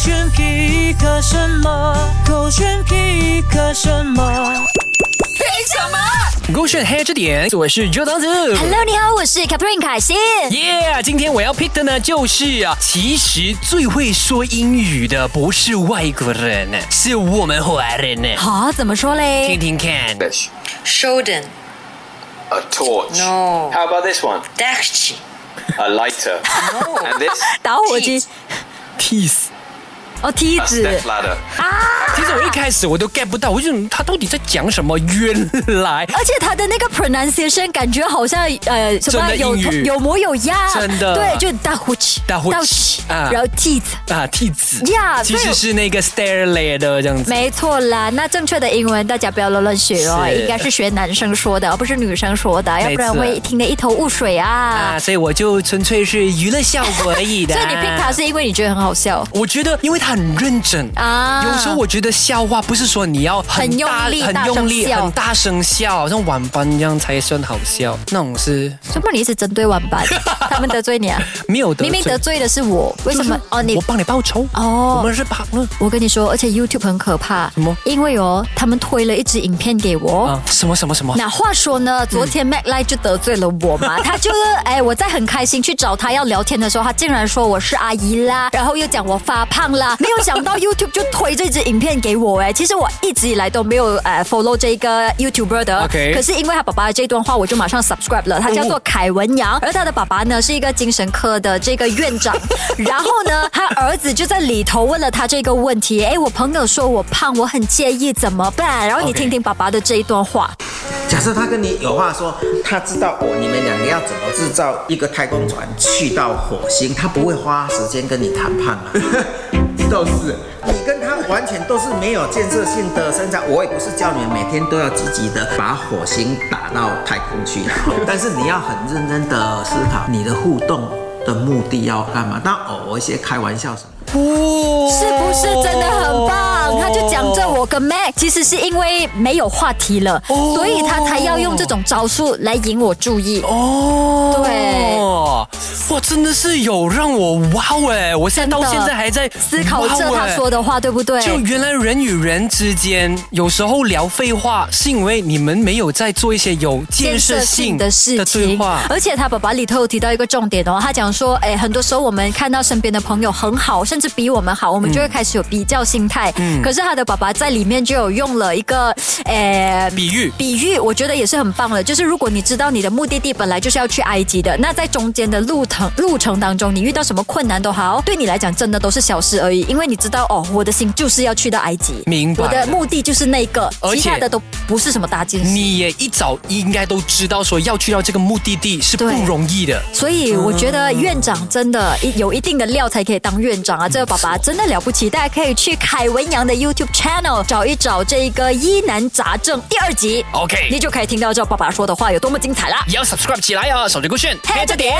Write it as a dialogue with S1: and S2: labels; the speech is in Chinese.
S1: 选皮克什么？狗选皮克什么？
S2: 勾选黑着点，我是 j o 子。
S3: Hello，你好，我是 Catherine 凯欣。
S2: Yeah，今天我要 pick 的呢，就是啊，其实最会说英语的不是外国人，是我们华人呢。
S3: 好、怎么说
S2: 听
S3: 嘞？
S2: 听看，
S4: Fish.
S5: Shodan,
S4: A torch.
S5: No.
S4: How about this one?
S5: Dakchi,
S4: A lighter.
S5: No.
S4: And this?
S3: 打火机
S5: Teeth
S2: 踢死！
S3: 哦，梯
S4: A
S3: 子
S4: step ladder.
S3: 啊！
S2: 其实我一开始我都 get 不到，我就想他到底在讲什么？原来
S3: 而且他的那个 pronunciation 感觉好像呃什么
S2: 真的
S3: 有
S2: 英语
S3: 有模有样，
S2: 真的
S3: 对，就打火机，
S2: 打火机啊
S3: 然后梯子，
S2: 啊，踢子
S3: Yeah，
S2: 其
S3: 所以
S2: 实
S3: 我
S2: 是那个 stair ladder 这样子。
S3: 没错啦。那正确的英文大家不要乱乱学哦，
S2: 是
S3: 应该是学男生说的，而不是女生说的，要不然
S2: 没错
S3: 会听得一头雾水啊
S2: 啊，。所以我就纯粹是娱乐效果而已的。
S3: 所以你 pick 他是因为你觉得很好 笑
S2: 我觉得，因为他很认真
S3: 啊
S2: 啊。有时候我觉得笑话不是说你要很
S3: 很用
S2: 大
S3: 力
S2: 很
S3: 大声
S2: 用力、
S3: 笑
S2: 很大声笑，好像晚班一样才算好笑。那种是
S3: 为什么你一直针对晚班？他们得罪你啊？
S2: 没有得罪
S3: 明明得罪的是我，为什么？哦，你
S2: 我帮你报仇
S3: 哦
S2: 我们是朋友
S3: 我跟你说，而且 YouTube 很可怕，什
S2: 么
S3: 因为哦，他们推了一支影片给我。
S2: 啊。什么什么什嗯么？
S3: 哦那话说呢，昨天 Mac Light 就得罪了我 嘛，他就是哎，我在很开心去找他要聊天的时候，他竟然说我是阿姨啦，然后又讲我发胖啦，没有想到 YouTube 就推这支影片给我哎，其实我一直以来都没有呃 follow 这个 YouTuber 的
S2: OK 哦
S3: 可是因为他爸爸的这段话，我就马上 subscribe 了，他叫做凯文杨，而他的爸爸呢是一个精神科的这个院 长，然后呢，他儿子就在里头问了他这个问题，哎，我朋友说我胖，我很介意，怎么办？然后你
S2: OK
S3: 听听爸爸的这一段话。
S6: 假设他跟你有话说，他知道哦，你们两个要怎么制造一个太空船去到火星，他不会花时间跟你谈判啊。都是你跟他完全都是没有建设性的生产，我也不是叫你们每天都要积极的把火星打到太空去，但是你要很认真的思考你的互动的目的要干嘛。那偶尔一些开玩笑什么。
S3: 是不是真的很棒？他就讲这我跟 Mac，其实是因为没有话题了，所以他才要用这种招数来引我注意。
S2: 哦，
S3: 对
S2: 哇，真的是有让我哇哎！我现
S3: 真
S2: 在到
S3: 的
S2: 现在还在哦
S3: 思考
S2: 哇
S3: 这
S2: 哦
S3: 他
S2: 哎
S3: 说的话对不对？
S2: 就原来人与人之间有时候聊废话，是因为你们没有在做一些有建设性
S3: 的事
S2: 的对
S3: 情
S2: 话，。
S3: 而且他爸爸里头有提到一个重点哦，他讲说，哎，很多时候我们看到身边的朋友很好，甚至比我们好，我们
S2: 嗯
S3: 就会开始有比较心态。可是他的爸爸在里面就有用了一个，哎，
S2: 比喻
S3: 比喻，我觉得也是很棒的。就是如果你知道你的目的地本来就是要去埃及的，那在中间的路程路程当中，你遇到什么困难都好，对你来讲真的都是小事而已，因为你知道哦，我的心就是要去到埃及，
S2: 明白
S3: 我的目的就是那个，
S2: 而且
S3: 其他的都不是什么大件事。
S2: 你也一早应该都知道，说要去到这个目的地是不
S3: 对
S2: 容易的。
S3: 所以我觉得院长真的一有一定的料才可以当院长啊！这个爸爸真的了不起，大家可以去凯文杨的 YouTube channel 找一找这个《疑难杂症》第二集
S2: OK
S3: 你就可以听到这爸爸说的话有多么精彩啦！
S2: 也要 subscribe 啊起来哦，手机勾选，
S3: 黑着
S2: 点。